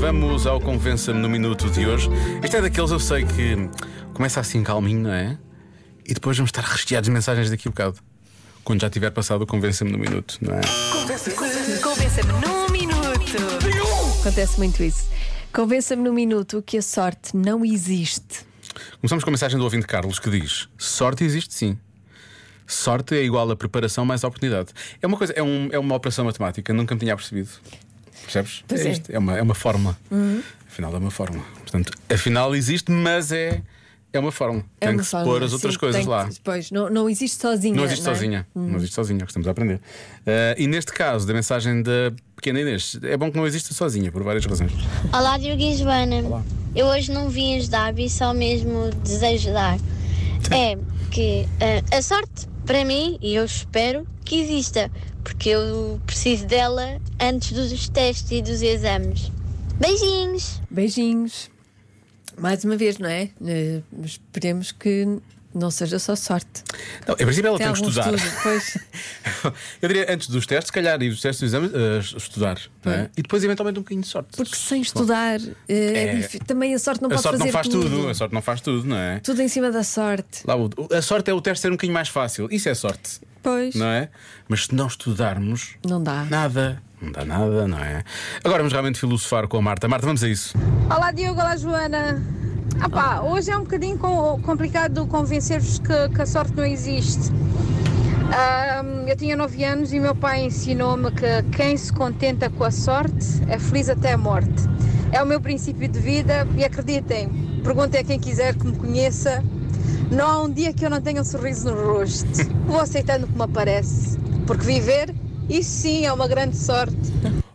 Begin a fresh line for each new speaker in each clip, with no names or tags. Vamos ao Convença-me no Minuto de hoje. Este é daqueles, eu sei que começa assim calminho, não é? E depois vamos estar recheados de mensagens daqui a bocado. Quando já tiver passado o Convença-me no Minuto, não é?
Convença-me num minuto.
Acontece muito isso. Convença-me num minuto que a sorte não existe.
Começamos com a mensagem do ouvinte Carlos que diz: Sorte existe sim. Sorte é igual a preparação mais a oportunidade. É uma coisa, é, um- é uma operação matemática, nunca me tinha percebido. Percebes?
Pois
é,
é. Uhum.
isto, é uma, é uma fórmula. Afinal, é uma fórmula. Portanto, afinal existe, mas é, é uma fórmula.
É
tem
uma
que se
forma,
pôr as
sim,
outras
tem
coisas
que-
lá.
Pois, não, não existe sozinha.
Não existe
é?
sozinha. Não existe sozinha, que estamos a aprender. Eh, e neste caso, da mensagem da pequena Inês, é bom que não exista sozinha, por várias razões.
Olá, Diogo e Joana. Eu hoje não vim ajudar, vi só mesmo desejo dar. É que ah, a sorte, para mim, e eu espero que exista, porque eu preciso dela antes dos testes e dos exames. Beijinhos!
Beijinhos. Mais uma vez, não é? Eh, Esperemos que não seja só sorte.
Não, em princípio, ela tem, que
algum
estudar.
estudo, pois.
Eu diria antes dos testes, se calhar, e dos testes e dos exames, eh, estudar. não é? E depois, eventualmente, um bocadinho de sorte.
Porque sem estudar eh, é,
É.
difícil. Também a sorte não
a
pode
sorte
fazer
não faz tudo.
tudo.
a sorte não faz tudo, não é?
Tudo em cima da sorte.
Lá, o- a sorte é o teste ser um bocadinho mais fácil. Isso é sorte,
Pois.
não é? Mas se não estudarmos,
Não dá.
nada. Não dá nada, não é? Agora vamos realmente filosofar com a Marta. Marta, vamos a isso.
Olá Diogo, olá Joana. Ah pá, hoje é um bocadinho com- complicado convencer-vos que, que a sorte não existe. Ahm, eu tinha 9 anos e meu pai ensinou-me que quem se contenta com a sorte é feliz até a morte. É o meu princípio de vida e acreditem, perguntem a quem quiser que me conheça, não há um dia que eu não tenha um sorriso no rosto. Vou aceitando como aparece, porque viver, isso sim é uma grande sorte.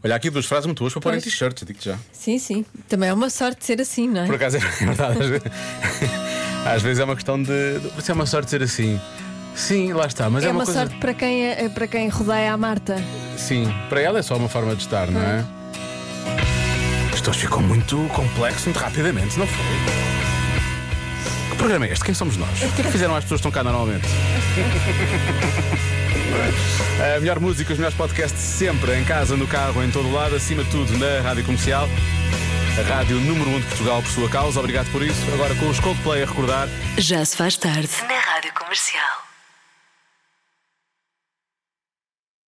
Olha, há aqui duas frases muito boas para pôr em
Pois.
t-shirt, digo já.
Sim, sim. Também é uma sorte ser assim, não é?
Por acaso é verdade. às vezes- Às vezes é uma questão de. de- Se é uma sorte ser assim. Sim, lá está, mas é,
É uma
coisa.
sorte para quem, é- é para quem rodeia a Marta.
Sim, para ela é só uma forma de estar, não é? Isto hoje ficou muito complexo, muito rapidamente, não foi? Que programa é este? Quem somos nós? O que é que fizeram as pessoas que estão cá normalmente? A melhor música, os melhores podcasts sempre, em casa, no carro, em todo lado, acima de tudo na rádio comercial. A rádio número 1 um de Portugal por sua causa, obrigado por isso. Agora com os Coldplay a recordar.
Já se faz tarde. Na Rádio Comercial.